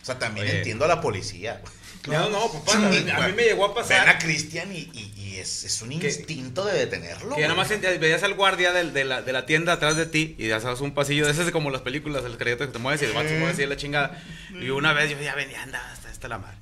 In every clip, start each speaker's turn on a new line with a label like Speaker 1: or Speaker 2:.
Speaker 1: O sea, también Oye. entiendo a la policía.
Speaker 2: No, no, papá, sí, a, mí, a, mí, me llegó a pasar.
Speaker 1: Ven a Cristian y, y, y es, es, un que, instinto de detenerlo.
Speaker 2: Que nada más veías al guardia de, de, la, de, la, tienda atrás de ti y ya sabes un pasillo de esas como las películas, el crédito que te mueves y el macho se mueve así la chingada. Y una vez yo ya venía, anda, hasta esta la mar.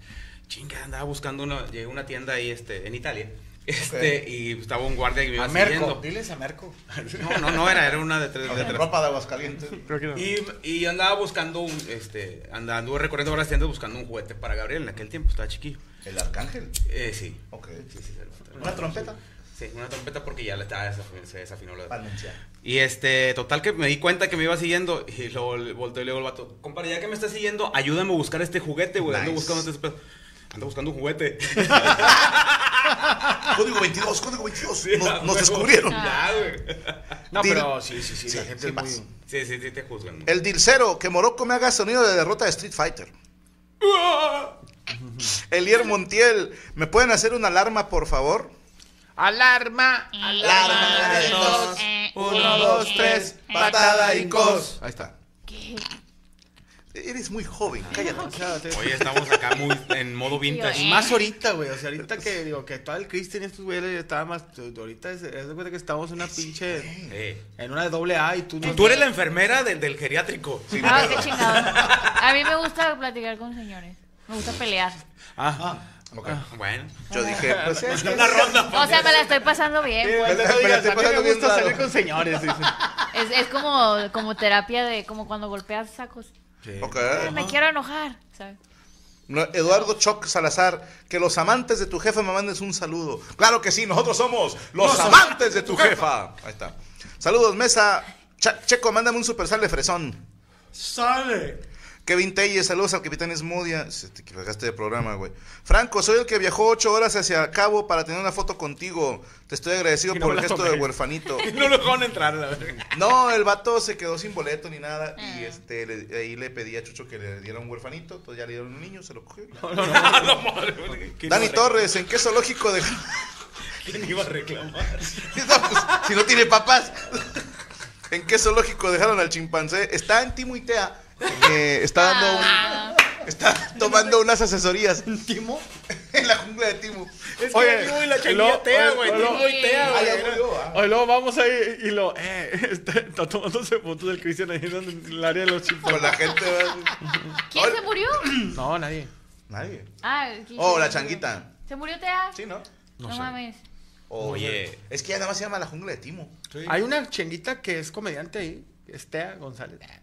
Speaker 2: Chinga, andaba buscando una, llegué a una tienda ahí este, en Italia. Este, okay. y estaba un guardia que me iba
Speaker 1: a Merco, siguiendo. diles a Merco.
Speaker 2: No, no, no era, era una de tres.
Speaker 1: de
Speaker 2: tres.
Speaker 1: ropa de Aguascalientes.
Speaker 2: Y, y andaba buscando un, este, andando recorriendo varias tiendas buscando un juguete para Gabriel en aquel tiempo, estaba chiquillo.
Speaker 1: ¿El arcángel?
Speaker 2: Eh, sí.
Speaker 1: Ok. Sí, sí, ¿Una, ¿Una trompeta?
Speaker 2: Sí, una trompeta porque ya le estaba se desafinó la. Y este, total que me di cuenta que me iba siguiendo y luego volteo y le digo al vato, compadre, ya que me está siguiendo, ayúdame a buscar este juguete, güey. Nice. Ando buscando este Ando buscando un juguete. Ah.
Speaker 1: código 22, código 22. Sí, nos, nos descubrieron.
Speaker 2: Ya, güey.
Speaker 1: No, Dil pero sí, sí, sí, sí la gente sí, es muy...
Speaker 2: Sí, sí, sí, te juzgan.
Speaker 1: El dilcero, que Morocco me haga sonido de derrota de Street Fighter. Elier Montiel, ¿me pueden hacer una alarma, por favor?
Speaker 3: Alarma,
Speaker 1: alarma de dos, uno, dos, tres, patada y cos. Ahí está. Ah. ¿Qué? Eres muy joven, cállate.
Speaker 2: O sea, te... Hoy estamos acá muy en modo vintage.
Speaker 3: Y más ahorita, güey. O sea, ahorita que digo que todo el Christian y estos güeyes estaba más. pues, Ahorita es, es de cuenta que estamos en una pinche. Sí. En una doble A y tú
Speaker 2: no. Tú eres la enfermera del, del geriátrico.
Speaker 4: Sí, ah, pero... qué chingado. A mí me gusta platicar con señores. Me gusta pelear.
Speaker 2: Ajá. Okay. Ah,
Speaker 1: bueno, yo dije, pues
Speaker 2: es una ronda.
Speaker 4: O sea, me la estoy pasando bien.
Speaker 3: Pues. Sí, me, la estoy pasando me gusta salir con señores. Dice.
Speaker 4: Es, es como, como terapia de como cuando golpeas sacos. Sí.
Speaker 1: Okay.
Speaker 4: Me quiero enojar, ¿sabes?
Speaker 1: Eduardo Choc Salazar, que los amantes de tu jefa me manden un saludo. Claro que sí, nosotros somos los, los amantes de tu jefa. jefa. Ahí está. Saludos, mesa. Checo, mándame un super sal de fresón.
Speaker 3: Sale.
Speaker 1: Kevin Telles, saludos al capitán Smudia. Se te equivocaste de programa, güey. Franco, soy el que viajó ocho horas hacia Cabo para tener una foto contigo. Te estoy agradecido no por el gesto de huerfanito.
Speaker 2: Y no lo dejaron entrar, la verdad.
Speaker 1: No, el vato se quedó sin boleto ni nada. Y este, le, ahí le pedí a Chucho que le diera un huerfanito. Entonces ya le dieron un niño, se lo cogió. No, no,
Speaker 2: Ah,
Speaker 1: Dani Torres, ¿en qué zoológico de.?
Speaker 2: ¿Quién iba a reclamar?
Speaker 1: si no tiene papás. ¿En qué zoológico dejaron al chimpancé? Está en Timuitea. Eh, está dando ah. un, está tomando unas asesorías.
Speaker 3: ¿Timo?
Speaker 1: en la jungla de Timo.
Speaker 2: Es que Oye, Timo y la changuitea, güey. Timo y Tea, güey.
Speaker 1: ah.
Speaker 3: Oye, luego vamos ahí y lo, eh, está, está tomándose fotos del Cristian ahí en el área de los chimpancés.
Speaker 1: Con la gente.
Speaker 4: ¿Quién Oye. se murió?
Speaker 3: No, nadie.
Speaker 1: Nadie.
Speaker 4: Ah,
Speaker 1: oh, la changuita.
Speaker 4: ¿Se murió Tea?
Speaker 1: Sí, ¿no?
Speaker 4: No, no sé. mames.
Speaker 1: Oye. Es que ya nada más se llama la jungla de Timo.
Speaker 3: Sí. Hay una changuita que es comediante ahí, es Tea González.
Speaker 1: Bien.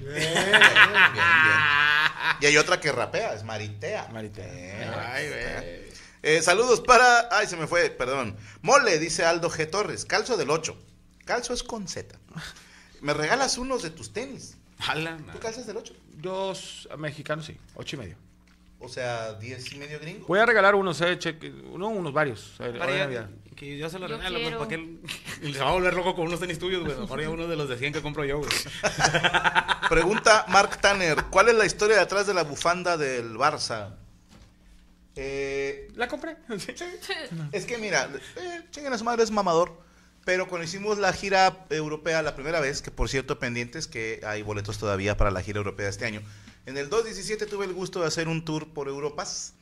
Speaker 1: Bien, bien, bien. Y hay otra que rapea, es Maritea.
Speaker 3: Maritea.
Speaker 1: Ay, güey. Eh, saludos para. Ay, se me fue, perdón. Mole, dice Aldo G. Torres. Calzo del 8. Calzo es con Z. ¿Me regalas unos de tus tenis?
Speaker 2: Jala,
Speaker 1: ¿Tú calzas del 8?
Speaker 3: Dos mexicanos, sí. Ocho y medio.
Speaker 1: O sea, 10 y medio gringo.
Speaker 3: Voy a regalar unos, eh, cheque, no, unos varios. eh,
Speaker 2: Para
Speaker 3: ahora
Speaker 2: ya-
Speaker 3: en Navidad.
Speaker 2: que yo se lo
Speaker 4: Yo
Speaker 2: regalo, pues,
Speaker 4: quiero.
Speaker 2: para que él- y se va a volver loco con unos tenis tuyos, güey. Mejor ya uno de los de 100 que compro yo, güey.
Speaker 1: Pregunta Mark Tanner, ¿cuál es la historia detrás de la bufanda del Barça? Eh,
Speaker 3: La compré.
Speaker 1: es que mira, eh, chinguen a su madre, es mamador. Pero cuando hicimos la gira europea la primera vez, que por cierto, pendientes, que hay boletos todavía para la gira europea este año. En el 2017 tuve el gusto de hacer un tour por Europas.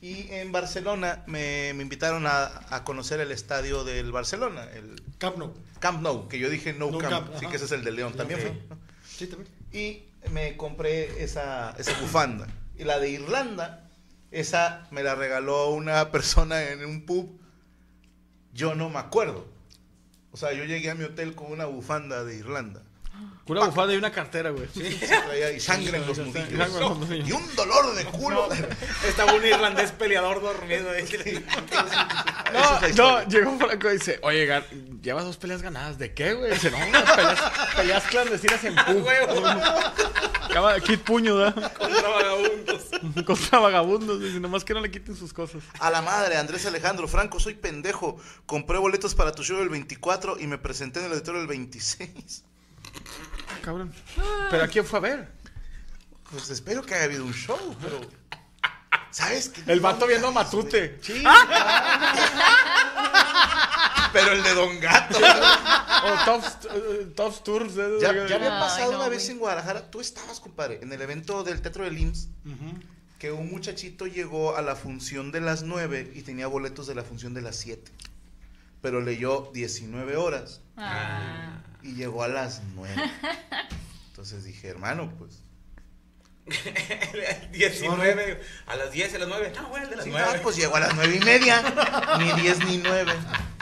Speaker 1: Y en Barcelona me, me invitaron a, a conocer el estadio del Barcelona, el
Speaker 5: Camp Nou.
Speaker 1: Camp Nou, que yo dije No,
Speaker 5: No
Speaker 1: Camp,
Speaker 5: Camp,
Speaker 1: sí
Speaker 5: ajá.
Speaker 1: que ese es el de León, también
Speaker 5: Ok.
Speaker 1: fue. ¿no?
Speaker 5: Sí, también.
Speaker 1: y me compré esa, esa bufanda. Y la de Irlanda, esa me la regaló una persona en un pub. Yo no me acuerdo. O sea, yo llegué a mi hotel con una bufanda de Irlanda.
Speaker 3: Una bufanda y una cartera, güey.
Speaker 1: Y se traía- Y sangre en los nudillos.
Speaker 3: Sangre en los nudillos.
Speaker 1: Y un dolor de culo.
Speaker 2: Estaba un irlandés peleador dormido ahí.
Speaker 1: Esa
Speaker 3: No,
Speaker 1: es la historia.
Speaker 3: no, llegó Franco y dice, oye, Gar, llevas dos peleas ganadas, ¿de qué, güey? Dice, no, unas peleas, peleas clandestinas en PUB. Llama Kid Puño, ¿verdad?
Speaker 2: Contra vagabundos.
Speaker 3: Contra vagabundos, dice, nomás que no le quiten sus cosas.
Speaker 1: A la madre, Andrés Alejandro Franco, soy pendejo. Compré boletos para tu show el 24 y me presenté en el auditorio el 26.
Speaker 3: Ah, Cabrón. ¿Pero a quién fue a ver?
Speaker 1: Pues espero que haya habido un show, pero. ¿Sabes qué?
Speaker 3: El vato viendo a Matute.
Speaker 1: Sí. pero el de Don Gato.
Speaker 3: O Tops, eh, Tops Tours. eh,
Speaker 1: ya,
Speaker 3: eh,
Speaker 1: ya había
Speaker 4: Ay,
Speaker 1: pasado
Speaker 4: no,
Speaker 1: una vez
Speaker 4: güey.
Speaker 1: en Guadalajara. Tú estabas, compadre, en el evento del Teatro del IMSS. Que un muchachito llegó a la función de las 9 y tenía boletos de la función de las 7. Pero leyó 19 horas
Speaker 4: Ah.
Speaker 1: y llegó a las 9. Entonces dije, hermano, pues.
Speaker 2: 19. A las 10, a las 9. No, güey, el de las
Speaker 1: Sí,
Speaker 2: 9.
Speaker 1: ah, pues llegó a las nueve y media. ni diez ni nueve.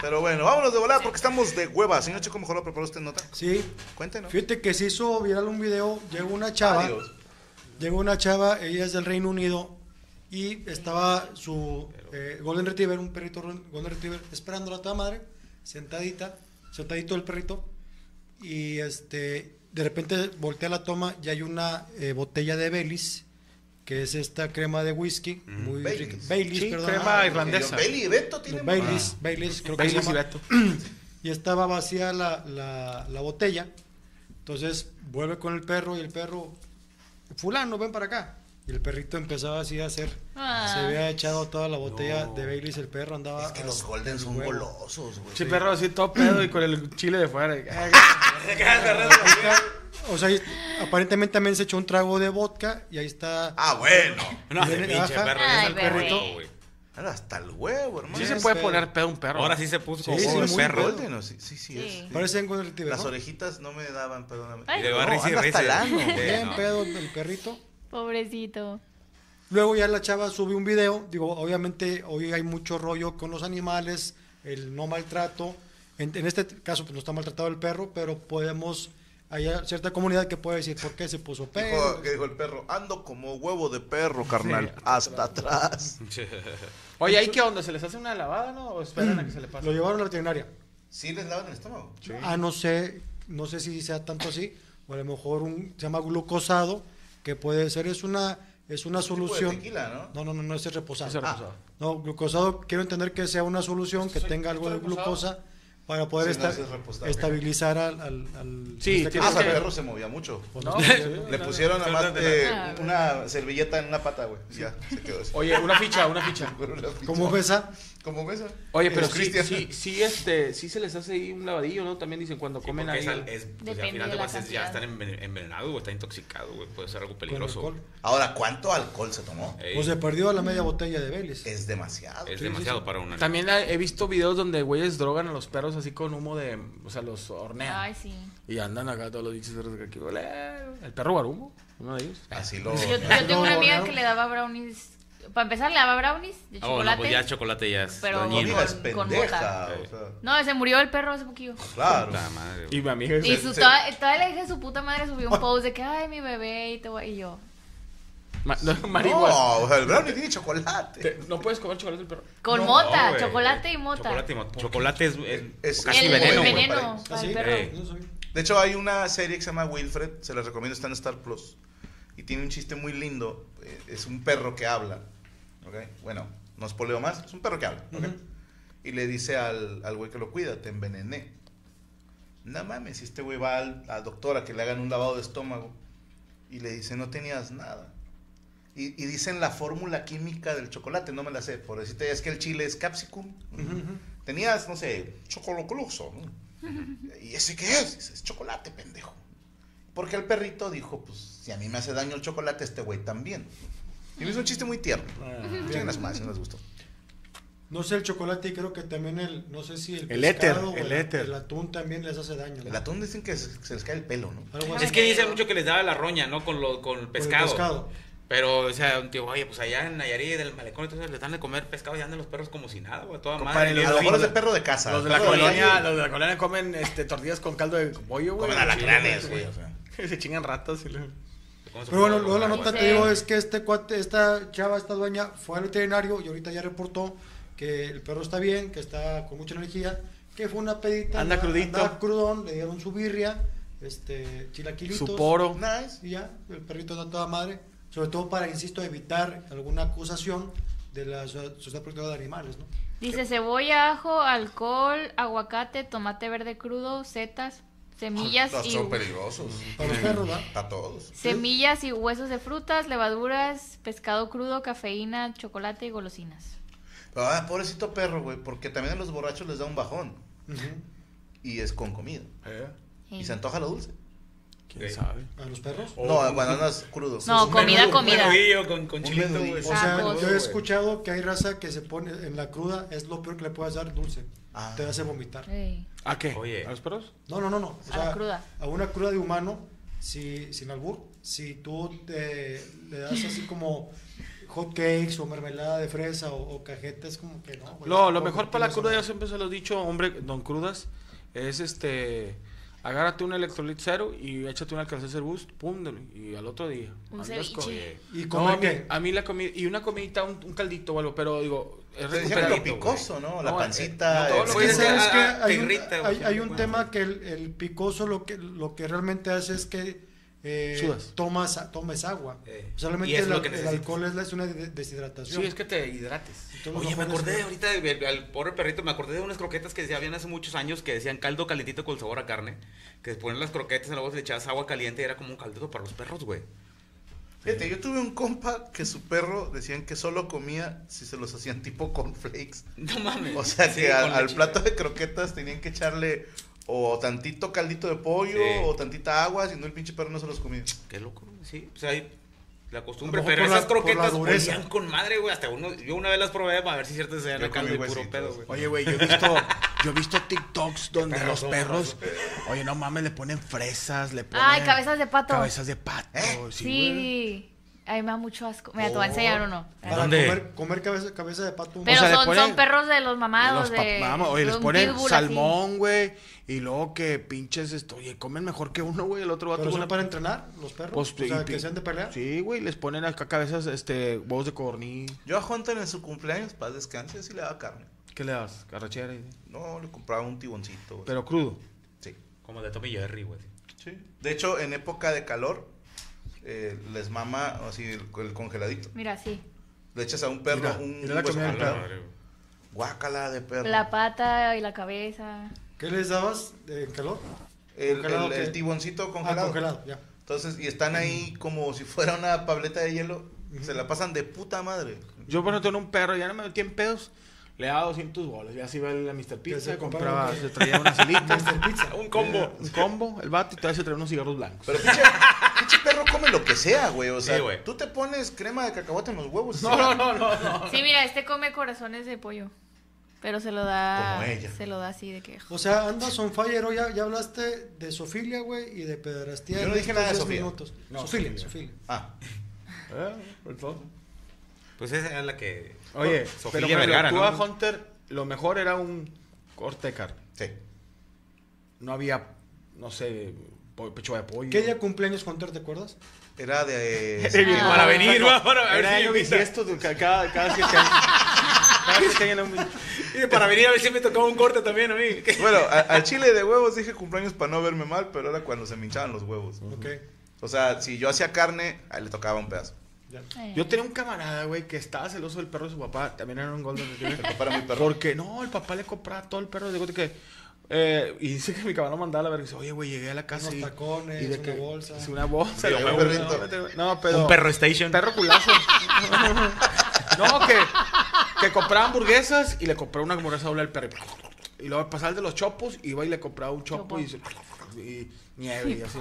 Speaker 1: Pero bueno, vámonos de volada porque estamos de hueva. Señor Chico, mejor lo preparó usted nota.
Speaker 5: Sí.
Speaker 1: Cuéntenos.
Speaker 5: Fíjate que se hizo viral un video. Llegó una chava.
Speaker 1: Adiós.
Speaker 5: Llegó una chava, ella es del Reino Unido. Y estaba su eh, Golden Retriever, un perrito ron- Golden Retriever, esperándola a toda madre, sentadita, sentadito el perrito. Y este, de repente voltea la toma y hay una eh, botella de Baileys, que es esta crema de whisky, muy
Speaker 1: Baileys.
Speaker 5: rica. Baileys,
Speaker 3: Sí,
Speaker 5: perdón.
Speaker 3: crema
Speaker 5: Ah,
Speaker 3: irlandesa.
Speaker 1: Belly y Beto tienen.
Speaker 5: Baileys, Baileys, creo que se
Speaker 3: Baileys y
Speaker 5: llama
Speaker 3: Beto.
Speaker 5: y estaba vacía la, la- la botella. Entonces vuelve con el perro y el perro, fulano, ven para acá. Y el perrito empezaba así a hacer.
Speaker 4: Ah.
Speaker 5: Se había echado toda la botella de Baileys, el perro andaba...
Speaker 1: Es que los
Speaker 5: hasta
Speaker 1: Golden
Speaker 5: el
Speaker 1: son
Speaker 5: huevo.
Speaker 1: golosos, güey.
Speaker 3: Che, perro así todo pedo y con el chile de fuera. Ah,
Speaker 5: O sea, y- aparentemente también se echó un trago de vodka y ahí está...
Speaker 1: Ah, bueno.
Speaker 2: No, ese pinche
Speaker 5: Ajá.
Speaker 2: perro.
Speaker 4: Ay,
Speaker 2: es el perrito,
Speaker 4: bebé.
Speaker 2: güey.
Speaker 1: Ahora hasta el huevo, hermano.
Speaker 3: Sí
Speaker 5: Sí,
Speaker 3: se
Speaker 5: es
Speaker 3: puede
Speaker 5: pedo.
Speaker 3: poner pedo un perro.
Speaker 2: Ahora sí se puso como
Speaker 5: Sí, sí,
Speaker 2: un
Speaker 5: muy
Speaker 2: perro.
Speaker 1: Golden, ¿o sí? Sí, sí,
Speaker 4: Sí.
Speaker 1: es.
Speaker 5: Parecen con el
Speaker 1: Las orejitas no me daban, perdóname.
Speaker 4: Ay.
Speaker 2: Y le
Speaker 1: No,
Speaker 2: va a
Speaker 1: anda
Speaker 2: risa y
Speaker 1: hasta el
Speaker 2: risa.
Speaker 1: ano.
Speaker 2: Sí,
Speaker 5: Bien
Speaker 2: no.
Speaker 5: pedo el perrito.
Speaker 4: Pobrecito.
Speaker 2: Pues,
Speaker 5: Luego ya la chava sube un video, digo, obviamente hoy hay mucho rollo con los animales, el no maltrato. En, en este caso pues, no está maltratado el perro, pero podemos, hay cierta comunidad que puede decir por qué se puso
Speaker 1: Dijo,
Speaker 5: perro.
Speaker 1: que dijo el perro, ando como huevo de perro, carnal. hasta atrás.
Speaker 3: Oye, ¿ahí qué onda? ¿Se les hace una lavada, no? ¿O esperan a que se le pase?
Speaker 5: Lo llevaron a la veterinaria.
Speaker 1: ¿Sí les lavan el estómago?
Speaker 5: Ah, no sé, no sé si sea tanto así, o a lo mejor un, se llama glucosado, que puede ser, es una, es una
Speaker 1: Tipo de
Speaker 5: solución.
Speaker 1: tequila, ¿no?
Speaker 5: No, no, no, no ese es reposado.
Speaker 3: Ese es
Speaker 5: Ah,
Speaker 3: reposado.
Speaker 5: no, glucosado, quiero entender que sea una solución que tenga algo de glucosa para poder
Speaker 1: Sí, no,
Speaker 5: esta-
Speaker 1: ese es reposado.
Speaker 5: estabilizar al, al, al-
Speaker 3: Sí,
Speaker 5: este-
Speaker 1: Ah,
Speaker 3: tienes
Speaker 1: o sea, el
Speaker 3: que-
Speaker 1: perro se movía mucho.
Speaker 5: pues,
Speaker 3: No,
Speaker 5: no,
Speaker 3: sí.
Speaker 1: Le pusieron nada más eh, una servilleta en una pata, güey. Ya, se quedó así.
Speaker 3: Oye, una ficha, una ficha.
Speaker 1: Con una ficha.
Speaker 5: ¿Cómo ves esa?
Speaker 1: ¿Cómo ves?
Speaker 3: Oye, pero
Speaker 1: Es
Speaker 3: sí,
Speaker 1: Cristian.
Speaker 3: sí, sí, este, sí se les hace ahí un lavadillo, ¿no? También dicen cuando
Speaker 2: Sí,
Speaker 3: comen
Speaker 2: porque
Speaker 3: ahí.
Speaker 2: es al-
Speaker 3: el-
Speaker 2: es- pues,
Speaker 4: Depende
Speaker 2: al final
Speaker 4: de
Speaker 2: de
Speaker 4: la
Speaker 2: cuentas ya
Speaker 4: cantidad.
Speaker 2: están envenen- envenenados, güey. Está intoxicado, güey. Puede ser algo
Speaker 5: Con
Speaker 2: peligroso.
Speaker 5: alcohol.
Speaker 1: Ahora, ¿cuánto alcohol se tomó?
Speaker 2: Ey,
Speaker 5: Pues se perdió la media botella de Vélez.
Speaker 1: Es demasiado.
Speaker 2: es
Speaker 5: sí,
Speaker 2: demasiado
Speaker 5: sí.
Speaker 2: para una.
Speaker 3: También ha- he visto videos donde güeyes drogan a los perros así con humo de. O sea, los hornean.
Speaker 4: Ay, sí.
Speaker 3: Y andan acá todos los dichos perros que aquí, "Ole". El perro Guarumo, uno de ellos.
Speaker 1: Así
Speaker 2: Oh,
Speaker 1: lo.
Speaker 4: Yo, yo tengo una amiga que le daba brownies. Para empezar, le daba brownies de
Speaker 2: Oh,
Speaker 4: chocolate.
Speaker 2: no, pues ya chocolate ya es
Speaker 4: Pero
Speaker 1: No
Speaker 2: dañino.
Speaker 1: digas
Speaker 4: con- con
Speaker 1: pendeja.
Speaker 2: bota.
Speaker 1: o sea,
Speaker 4: No, se murió el perro hace poquillo.
Speaker 1: claro.
Speaker 2: Puta madre, güey.
Speaker 3: Y mi amiga.
Speaker 4: Y
Speaker 3: dice,
Speaker 4: su,
Speaker 1: se-
Speaker 4: toda, toda la hija de su puta madre subió un post de que, ay, mi bebé y todo. Y yo,
Speaker 3: "Ma- no, marihuana.
Speaker 1: No, o sea, el brownie tiene chocolate.
Speaker 3: Te- no puedes comer chocolate del perro.
Speaker 4: con
Speaker 2: No,
Speaker 4: mota,
Speaker 2: güey.
Speaker 4: chocolate y mota.
Speaker 2: Chocolate y mota. Chocolate es, es
Speaker 1: Es-
Speaker 2: casi
Speaker 4: el
Speaker 2: veneno,
Speaker 4: el
Speaker 2: güey.
Speaker 4: veneno
Speaker 1: para-
Speaker 4: para
Speaker 5: ¿Ah,
Speaker 4: el
Speaker 5: sí?
Speaker 4: perro.
Speaker 2: Ey.
Speaker 5: No sabía.
Speaker 1: De hecho, hay una serie que se llama Wilfred. Se la recomiendo, está en Star Plus. Y tiene un chiste muy lindo. eh, es un perro que habla. ¿ok? Bueno, no es poleo más, es un perro que habla. ¿ok? Y le dice al, al güey que lo cuida, te envenené. No mames, y este güey va al, al doctor a que le hagan un lavado de estómago y le dice, no tenías nada. Y, y dicen la fórmula química del chocolate, no me la sé, por decirte, es que el chile es capsicum. Tenías, no sé, chocolocluso. ¿no? ¿Y ese qué es? Dice, es chocolate, pendejo. Porque el perrito dijo, pues, si a mí me hace daño el chocolate, este güey también. Y me hizo un chiste muy tierno.
Speaker 3: Ah.
Speaker 1: Tienen las más, no les gustó.
Speaker 5: No sé el chocolate y creo que también el, no sé si el,
Speaker 3: El éter,
Speaker 5: pescado o
Speaker 3: el éter.
Speaker 5: el atún también les hace daño. ¿no?
Speaker 1: El atún dicen que se, se les cae el pelo, ¿no?
Speaker 5: Algo así.
Speaker 2: Es que dicen mucho que les daba la roña, ¿no? Con, lo, con el pescado.
Speaker 5: pescado.
Speaker 2: Pero, o sea, un tío, oye, pues allá en Nayarit, del malecón, entonces les dan de comer pescado y andan los perros como si nada, güey, a toda
Speaker 1: Compadre,
Speaker 2: madre.
Speaker 1: a lo mejor es de perro de casa.
Speaker 3: Los de la
Speaker 1: perro
Speaker 3: colonia,
Speaker 1: calle.
Speaker 3: los de la colonia comen este, tortillas con caldo de pollo, güey.
Speaker 1: Comen alacranes, güey, o sea.
Speaker 3: Se chingan ratas y le...
Speaker 5: Pero bueno, luego la nota
Speaker 4: Sí.
Speaker 5: te digo es que este cuate, esta chava, esta dueña fue al veterinario y ahorita ya reportó que el perro está bien, que está con mucha energía, que fue una pedita.
Speaker 3: Anda crudito.
Speaker 5: Anda crudón, le dieron su birria, este, chilaquilitos.
Speaker 3: Su poro.
Speaker 1: Nice.
Speaker 5: Y ya, el perrito da toda madre. Sobre todo para, insisto, evitar alguna acusación de la so- Sociedad Protectora de Animales, ¿no?
Speaker 4: Dice cebolla, ajo, alcohol, aguacate, tomate verde crudo, setas, semillas
Speaker 1: Todos
Speaker 4: y
Speaker 1: son peligrosos.
Speaker 5: Para los perros, ¿va?
Speaker 1: Para todos.
Speaker 4: semillas y huesos de frutas, levaduras, pescado crudo, cafeína, chocolate y golosinas.
Speaker 1: Ah, pobrecito perro, güey, porque también a los borrachos les da un bajón. Y es con comida.
Speaker 3: ¿Eh?
Speaker 1: Y se antoja lo dulce.
Speaker 3: ¿Quién sabe?
Speaker 5: A los perros.
Speaker 1: No, bananas crudos.
Speaker 4: No, comida, comida.
Speaker 2: con, con
Speaker 1: Un
Speaker 2: chilito,
Speaker 1: menudillo.
Speaker 2: güey.
Speaker 5: O sea,
Speaker 4: Tacos.
Speaker 5: yo he escuchado que hay raza que se pone en la cruda, es lo peor que le puedes dar dulce.
Speaker 1: Ah.
Speaker 5: Te hace vomitar.
Speaker 4: Ey.
Speaker 3: ¿A qué?
Speaker 2: Oye.
Speaker 3: ¿A los perros?
Speaker 5: No, no, no, no. O
Speaker 4: A la cruda.
Speaker 5: A una cruda de humano, si, sin albur, si tú te, le das así como hot cakes o mermelada de fresa o, o cajetas, como que no. güey.
Speaker 3: Lo, lo
Speaker 5: Como
Speaker 3: mejor
Speaker 5: que
Speaker 3: para la
Speaker 5: tienes
Speaker 3: cruda,
Speaker 5: una-
Speaker 3: yo siempre se lo he dicho, hombre, don crudas, es este... Agárrate un electrolit cero y échate un alcance boost, pum, y al otro día.
Speaker 4: Un
Speaker 3: andas
Speaker 4: ceviche.
Speaker 3: con- No,
Speaker 5: ¿Y
Speaker 3: a
Speaker 5: comer
Speaker 3: mí,
Speaker 5: qué?
Speaker 3: a mí la comida, y una comidita, un, un caldito o algo, pero digo, es
Speaker 1: Se decía que lo
Speaker 3: recuperadito, güey.
Speaker 1: picoso, ¿no? La
Speaker 3: No,
Speaker 1: pancita.
Speaker 3: eh, no, todo
Speaker 1: el-
Speaker 3: lo
Speaker 5: Es
Speaker 2: Oye,
Speaker 5: que
Speaker 2: es que
Speaker 5: sabes
Speaker 2: a-
Speaker 5: que
Speaker 2: a-
Speaker 5: hay
Speaker 2: te
Speaker 5: un,
Speaker 2: irrita, güey.
Speaker 5: hay- hay un
Speaker 2: Bueno.
Speaker 5: tema que el, el picoso lo que, lo que realmente hace es que eh,
Speaker 3: Sudas.
Speaker 5: tomas, a- tomes agua.
Speaker 2: Eh, y
Speaker 5: Solamente
Speaker 2: es
Speaker 5: el,
Speaker 2: lo
Speaker 5: al-
Speaker 2: que
Speaker 5: el
Speaker 2: necesitas.
Speaker 5: alcohol es, la- es una de- deshidratación.
Speaker 3: Sí, es que te hidrates.
Speaker 5: Entonces,
Speaker 2: Oye,
Speaker 5: lo
Speaker 2: me
Speaker 5: mejor es-
Speaker 2: acordé ahorita de- de- al pobre perrito, me acordé de unas croquetas que se habían hace muchos años que decían caldo calentito con sabor a carne, que ponían las croquetas y luego le echabas agua caliente y era como un caldito para los perros, güey.
Speaker 1: Fíjate, yo tuve un compa que su perro decían que solo comía si se los hacían tipo cornflakes.
Speaker 2: No mames.
Speaker 1: O sea
Speaker 2: Sí,
Speaker 1: que
Speaker 2: con
Speaker 1: al, al
Speaker 2: lechita.
Speaker 1: plato de croquetas tenían que echarle o tantito caldito de pollo
Speaker 2: Sí.
Speaker 1: o tantita agua, si no el pinche perro no se los comía.
Speaker 2: Qué loco, güey, sí. O sea, hay la costumbre,
Speaker 5: A lo mejor
Speaker 2: pero
Speaker 5: por la-
Speaker 2: esas croquetas
Speaker 5: por la dureza.
Speaker 2: olían con madre, güey. Hasta uno, yo una vez las probé para ver si ciertas se
Speaker 1: Yo
Speaker 2: eran
Speaker 1: comí
Speaker 2: caldo y puro
Speaker 1: huesitos.
Speaker 2: pedo, güey.
Speaker 3: Oye, güey, yo he visto, yo he visto TikToks donde
Speaker 2: perros
Speaker 3: los
Speaker 2: son,
Speaker 3: perros, oye, no mames, le ponen fresas, le ponen...
Speaker 4: Ay, cabezas de pato. ¿Eh?
Speaker 3: Cabezas de pato, sí, güey. Oh.
Speaker 4: Sí. Ay, me da mucho asco. Mira, te voy a enseñar uno.
Speaker 5: Para
Speaker 2: ¿Dónde?
Speaker 5: comer, comer cabeza, cabeza de pato.
Speaker 4: Pero
Speaker 3: sea, le
Speaker 4: son,
Speaker 3: ponen-
Speaker 4: son perros de los mamados.
Speaker 3: Los pa-
Speaker 4: de,
Speaker 3: vamos, oye,
Speaker 4: de
Speaker 3: les
Speaker 4: un
Speaker 3: ponen
Speaker 4: pitbull así.
Speaker 3: salmón, güey, y luego que pinches esto, oye, comen mejor que uno, güey, el otro va a
Speaker 5: ¿Pero son para entrenar los perros?
Speaker 3: Pues,
Speaker 5: o sea,
Speaker 3: y-
Speaker 5: que sean de pelea.
Speaker 3: Sí, güey, les ponen acá cabezas, este, huevos de codorniz.
Speaker 1: Yo a Hunter en su cumpleaños, paz descanse, así le daba carne.
Speaker 3: ¿Qué le das? Carrachera. y-
Speaker 1: No, le compraba un tiboncito. güey.
Speaker 3: Pero crudo.
Speaker 1: sí.
Speaker 2: Como de Tommy Jerry, güey.
Speaker 1: Sí. De hecho, en época de calor, eh, les mama así el, el congeladito.
Speaker 4: Mira, sí.
Speaker 1: Le echas a un perro
Speaker 3: Mira,
Speaker 1: un
Speaker 3: mira la
Speaker 1: hueso
Speaker 3: comida del
Speaker 1: congelado.
Speaker 3: perro.
Speaker 1: Guácala de perro.
Speaker 4: La pata y la cabeza.
Speaker 5: ¿Qué les dabas en calor?
Speaker 1: el,
Speaker 5: congelado
Speaker 1: el-
Speaker 5: que-
Speaker 1: el tiboncito
Speaker 5: Ah,
Speaker 1: congelado.
Speaker 5: congelado, ya.
Speaker 1: Entonces, y están ahí como si fuera una tableta de hielo. Se la pasan de puta madre.
Speaker 3: Yo, por ejemplo, tengo un perro, ya no me metí en pedos. Le daba 200 bolas. Ya se iba el- la Mr. Pizza,
Speaker 5: se compraba
Speaker 3: compraba,
Speaker 5: un-
Speaker 3: se traía unas alitas.
Speaker 5: Mr. Pizza.
Speaker 2: Un combo.
Speaker 3: Ah, Un combo, el vato y todavía se traía unos cigarros blancos.
Speaker 1: Pero pinche, pinche perro come lo que sea, güey. O sea,
Speaker 2: Sí, güey.
Speaker 1: tú te pones crema de cacahuate en los huevos. y
Speaker 3: No,
Speaker 1: se va.
Speaker 3: no, no, no, no.
Speaker 4: Sí, mira, este come corazones de pollo. Pero se lo da.
Speaker 1: Como ella.
Speaker 4: Se lo da así de que.
Speaker 5: O sea, andas on fire, hoy ya, ya hablaste de sofilia, güey, y de pederastía.
Speaker 1: Yo no
Speaker 5: en
Speaker 1: dije nada de
Speaker 5: estos diez
Speaker 1: Sofía.
Speaker 5: minutos.
Speaker 3: No,
Speaker 5: sofilia,
Speaker 3: Sofía.
Speaker 5: sofilia.
Speaker 1: Ah,
Speaker 3: Eh, por todo.
Speaker 2: Pues esa es la que.
Speaker 3: Oye, pero
Speaker 2: Sofía
Speaker 3: por ejemplo,
Speaker 2: Vergara,
Speaker 3: tú
Speaker 2: ¿no?
Speaker 3: a Hunter, lo mejor era un corte de carne.
Speaker 1: sí.
Speaker 3: No había, no sé, po- pechuga de pollo.
Speaker 5: ¿Qué día cumpleaños, Hunter, te acuerdas?
Speaker 1: Era de.
Speaker 2: Para venir, güey, para ver
Speaker 3: Era
Speaker 2: si
Speaker 3: año
Speaker 2: me invita.
Speaker 3: bisiesto, du- ca- cada, cada siete años. Cada siete años era un-
Speaker 2: Y para venir a ver si me tocaba un corte también a mí.
Speaker 1: Bueno, a- al chile de huevos dije cumpleaños para no verme mal, pero era cuando se me hinchaban los huevos.
Speaker 5: Ok,
Speaker 1: O sea, si yo hacía carne, ahí le tocaba un pedazo.
Speaker 5: ya.
Speaker 3: Yo tenía un camarada, güey, que estaba celoso del perro de su papá. También era un Golden Retriever.
Speaker 1: Para mi perro.
Speaker 3: Porque no, el papá le compraba todo el perro. Digo, de que. eh, y dice que mi camarón mandaba a la verga. y Dice, oye, güey, llegué a la casa.
Speaker 5: Unos
Speaker 3: y-
Speaker 5: tacones, una bolsa.
Speaker 3: sí, una
Speaker 1: Sí,
Speaker 3: bolsa. la
Speaker 1: un
Speaker 3: verga,
Speaker 1: perrito.
Speaker 3: No, no, pero.
Speaker 2: Un perro station.
Speaker 3: Perro culazo. no, que. Que compraba hamburguesas y le compraba una hamburguesa doble al perro. Y luego pasaba el de los chopos, iba y le compraba un chopo y, y nieve y así.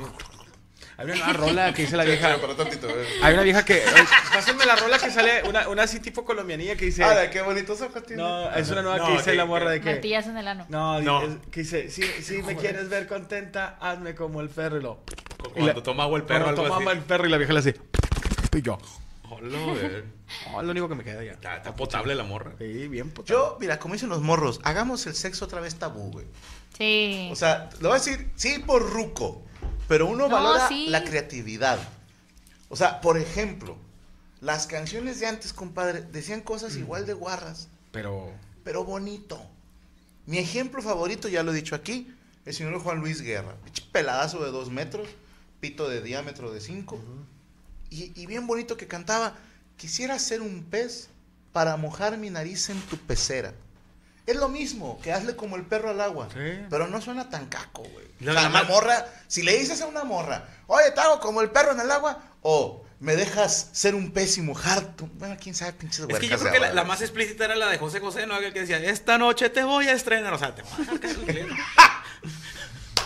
Speaker 3: Hay una nueva rola que dice la vieja.
Speaker 1: Espera, para tantito, eh.
Speaker 3: Hay una vieja que. eh, Pásenme la rola que sale una, una así tipo colombianilla que dice.
Speaker 1: Ah, de qué bonitos ojos tiene.
Speaker 3: No, es una nueva
Speaker 2: No,
Speaker 3: que dice
Speaker 2: que-
Speaker 3: la morra de que.
Speaker 4: Martillas en el ano.
Speaker 3: No,
Speaker 2: No.
Speaker 3: es- que dice, si, si me quieres ver contenta, hazme como el perro y lo.
Speaker 2: Cuando
Speaker 3: y la-
Speaker 2: toma agua el perro,
Speaker 3: Cuando
Speaker 2: algo
Speaker 3: toma
Speaker 2: así.
Speaker 3: agua el perro y la vieja le hace. Y yo.
Speaker 2: Hola, güey.
Speaker 3: Oh, es lo único que me queda ya.
Speaker 2: Está, está potable la morra.
Speaker 3: Sí, bien potable.
Speaker 1: Yo, mira, como dicen los morros, hagamos el sexo otra vez tabú, güey.
Speaker 4: Sí.
Speaker 1: O sea, le voy a decir, sí, por ruco, pero uno
Speaker 4: No,
Speaker 1: valora
Speaker 4: sí.
Speaker 1: la creatividad. O sea, por ejemplo, las canciones de antes, compadre, decían cosas igual de guarras,
Speaker 3: Pero.
Speaker 1: pero bonito. Mi ejemplo favorito, ya lo he dicho aquí, el señor Juan Luis Guerra. Pinche Peladazo de dos metros, pito de diámetro de cinco. y, y bien bonito que cantaba, quisiera ser un pez para mojar mi nariz en tu pecera. Es lo mismo que hazle como el perro al agua,
Speaker 3: Sí.
Speaker 1: pero no suena tan caco, güey.
Speaker 2: No,
Speaker 1: O sea,
Speaker 2: nada
Speaker 1: una
Speaker 2: más-
Speaker 1: morra, si le dices a una morra, oye, te hago como el perro en el agua, o me dejas ser un pez y mojar tu... Bueno, quién sabe, pinches
Speaker 2: Es que yo
Speaker 1: huercas de
Speaker 2: creo que la,
Speaker 1: ahora,
Speaker 2: la
Speaker 1: güey.
Speaker 2: más explícita era la de José José, ¿no? Aquel que decía, esta noche te voy a estrenar. O sea, te voy a sacar el cliente.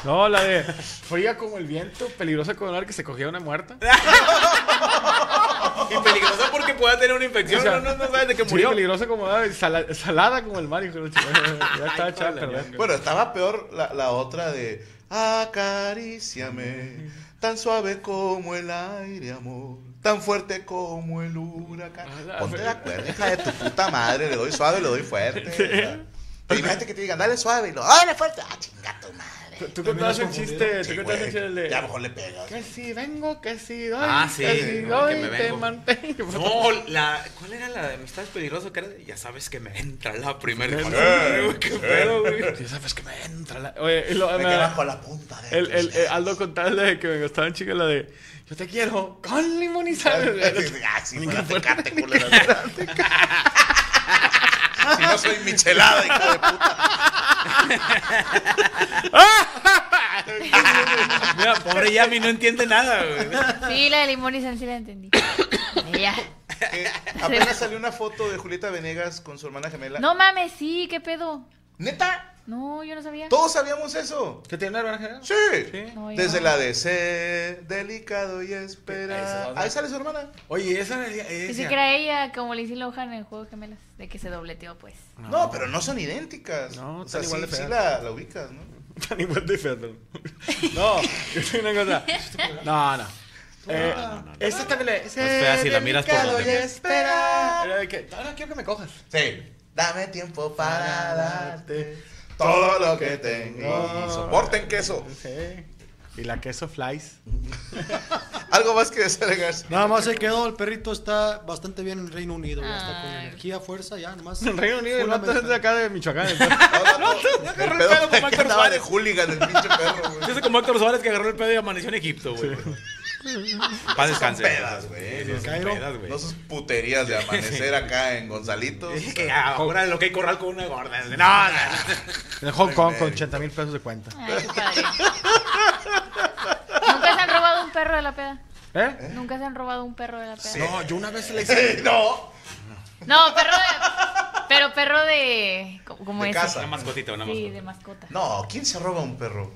Speaker 3: No, la de. Fría como el viento, peligrosa como el ar que se cogía una muerta.
Speaker 2: Ah, Y peligrosa porque pueda tener una infección.
Speaker 3: O sea,
Speaker 2: no, no, no sabes de que
Speaker 3: Sí,
Speaker 2: murió.
Speaker 3: peligrosa como el ar, sala- salada como el mar. hijo de la chingada. Ya estaba
Speaker 2: Ay,
Speaker 3: echada a
Speaker 2: joder,
Speaker 3: perder.
Speaker 1: Bueno, estaba peor la, la otra de acaríciame, tan suave como el aire, amor, tan fuerte como el huracán.
Speaker 3: Ah, la-
Speaker 1: Ponte de acuerdo, hija de tu puta madre, le doy suave, le doy fuerte. o sea. Pero imagínate que te digan, dale suave, y lo, dale fuerte, ah, chinga tu madre.
Speaker 3: Tú contabas un chiste.
Speaker 1: Sí,
Speaker 3: Tú contabas
Speaker 1: güey,
Speaker 3: un chiste del de.
Speaker 1: Ya mejor le pegas.
Speaker 3: Que si vengo, que si doy.
Speaker 2: Ah, sí,
Speaker 3: Que si
Speaker 2: que
Speaker 3: doy,
Speaker 2: me
Speaker 3: te
Speaker 2: vengo.
Speaker 3: mantengo.
Speaker 2: No, la, ¿cuál era la de amistades peligrosas? Que era de, ya sabes que me entra la primera.
Speaker 3: ¿Qué pedo, güey? Ya sabes que me entra la... Oye, y lo-
Speaker 1: Me
Speaker 3: me-
Speaker 1: quedas con la punta de
Speaker 3: el,
Speaker 1: tus
Speaker 3: el, eh,
Speaker 1: dedos.
Speaker 3: Aldo contaba la de que me gustaba un chico la de... Yo te quiero con limón y sal.
Speaker 1: Ah, sí, fuera Tecate, culera. Si no soy michelada, hijo de puta.
Speaker 2: Mira, pobre Yami no entiende nada, güey.
Speaker 4: Sí, la de limón y sal sí la entendí. Ya.
Speaker 1: Eh, apenas salió una foto de Julieta Venegas con su hermana gemela.
Speaker 4: No mames, sí, qué pedo.
Speaker 1: Neta,
Speaker 4: No, yo no sabía.
Speaker 1: todos sabíamos eso.
Speaker 3: ¿Que tiene una hermana general?
Speaker 1: Sí.
Speaker 4: No, yo
Speaker 1: Desde
Speaker 4: no.
Speaker 1: la de ser delicado y esperar.
Speaker 3: Esa es
Speaker 1: Ahí sale su hermana.
Speaker 3: Oye, esa... esa-
Speaker 4: Dice que era ella, como Lindsay Lohan en Juego de Gemelas, de que se dobleteó, pues.
Speaker 1: No, pero no son idénticas.
Speaker 3: No,
Speaker 1: o sea,
Speaker 3: están
Speaker 1: sí,
Speaker 3: igual de
Speaker 1: sí
Speaker 3: feas.
Speaker 1: la, la ubicas, ¿no?
Speaker 3: Tan igual de feas, pero- No, yo te digo una cosa. No, no. Eh, Esta también le... Es
Speaker 2: fea si la miras por donde mira.
Speaker 3: espera. Era de que... Ahora quiero que me cojas.
Speaker 1: Sí. Dame tiempo para darte todo lo que tengo.
Speaker 3: No.
Speaker 1: Soporten queso.
Speaker 3: Sí. Y la queso flies.
Speaker 1: Algo más que desagregar.
Speaker 5: Nada más se quedó, el perrito está bastante bien en Reino Unido, ya está con
Speaker 4: Ay.
Speaker 5: energía, fuerza, ya nomás.
Speaker 3: En Reino Unido, el vato es de
Speaker 5: fundamental.
Speaker 3: acá de Michoacán.
Speaker 1: No,
Speaker 3: agarró el pelo como Héctor
Speaker 1: andaba de
Speaker 3: Suárez.
Speaker 1: hooligan el pinche perro, güey.
Speaker 2: Entonces como Héctor Suárez que agarró el pedo y amaneció en Egipto, güey. Paz descanse.
Speaker 1: pedas, güey.
Speaker 2: Sí, sí, son
Speaker 5: Cairo,
Speaker 2: pedas, güey.
Speaker 1: No sus puterías de amanecer acá en Gonzalitos.
Speaker 2: Dije que ahora lo que hay corral con una gorda. No, no, no.
Speaker 3: En Hong Kong con 80 mil pesos de cuenta.
Speaker 4: Ay, qué padre. Nunca se han robado un perro de la peda.
Speaker 3: ¿Eh?
Speaker 4: Nunca se han robado un perro de la peda.
Speaker 3: No, yo una vez le
Speaker 1: No,
Speaker 4: No, perro de. Pero perro de. co- Como
Speaker 1: De
Speaker 4: es.
Speaker 1: casa.
Speaker 2: Una mascotita, una
Speaker 4: Sí,
Speaker 2: mascota.
Speaker 4: de mascota.
Speaker 1: no, ¿quién se roba un perro?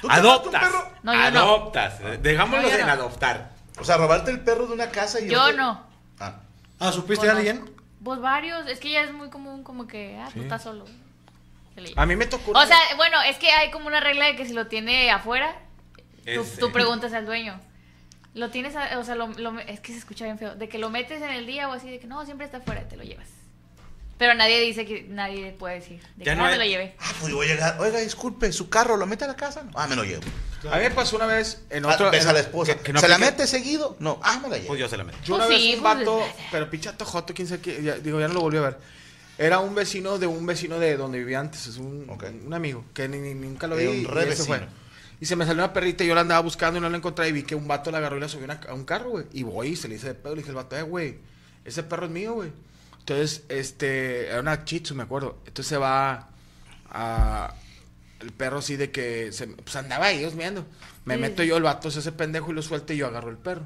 Speaker 1: ¿Tú te
Speaker 2: Adoptas.
Speaker 1: robas un perro? Ah.
Speaker 4: No, yo no.
Speaker 2: Adoptas. Dejámoslos
Speaker 4: No, yo
Speaker 2: en
Speaker 4: no.
Speaker 2: adoptar.
Speaker 1: O sea, robarte el perro de una casa y
Speaker 4: Yo
Speaker 1: otro-
Speaker 4: no.
Speaker 1: Ah,
Speaker 5: Ah, ¿supiste de alguien?
Speaker 4: Pues varios. Es que ya es muy común, como que. Ah, tú estás solo. Que le-
Speaker 3: A mí me tocó.
Speaker 4: O sea, bueno, es que hay como una regla de que si lo tiene afuera, tú,
Speaker 2: Es-
Speaker 4: tú preguntas al dueño. Lo tienes, a- o sea, lo- lo- es que se escucha bien feo. De que lo metes en el día o así, de que no, siempre está afuera, te lo llevas. Pero nadie dice que, nadie puede decir. De
Speaker 2: Ya
Speaker 4: que
Speaker 2: no
Speaker 4: no,
Speaker 2: hay-
Speaker 4: me lo llevé.
Speaker 1: Ah, pues yo voy a llegar. Oiga, disculpe, su carro lo mete a la casa. No, ah, me lo llevo.
Speaker 3: A mí me pasó una vez en
Speaker 1: Ah,
Speaker 3: otro.
Speaker 1: ves
Speaker 3: en-
Speaker 1: a la esposa.
Speaker 2: que- que no
Speaker 1: ¿Se la
Speaker 2: aplique-
Speaker 1: mete seguido? No, ah, me la llevo.
Speaker 2: Pues yo se la meto.
Speaker 3: Yo una
Speaker 4: Pues
Speaker 3: vez
Speaker 4: sí,
Speaker 3: un
Speaker 4: pues,
Speaker 3: vato,
Speaker 4: desgracia.
Speaker 3: pero picha tojoto, quién sabe qué. ya- digo, ya no lo volví a ver. Era un vecino de un vecino de donde vivía antes, es un,
Speaker 1: Ok.
Speaker 3: un amigo, que ni, ni- nunca lo
Speaker 1: Era
Speaker 3: vi.
Speaker 1: un
Speaker 3: y
Speaker 1: re
Speaker 3: ese fue.
Speaker 1: vecino.
Speaker 3: Y se me salió una perrita y yo la andaba buscando y no la encontré. Y vi que un vato la agarró y la subió a una- a un carro, güey. Y voy y se le hice de pedo. Le dije al vato, eh, güey, ese perro es mío, güey. Entonces, este, era una chitsu, me acuerdo. Entonces se va a. El perro así de que se, pues andaba ellos mirando. Me meto yo, el vato se hace pendejo y lo suelta y yo agarro el perro.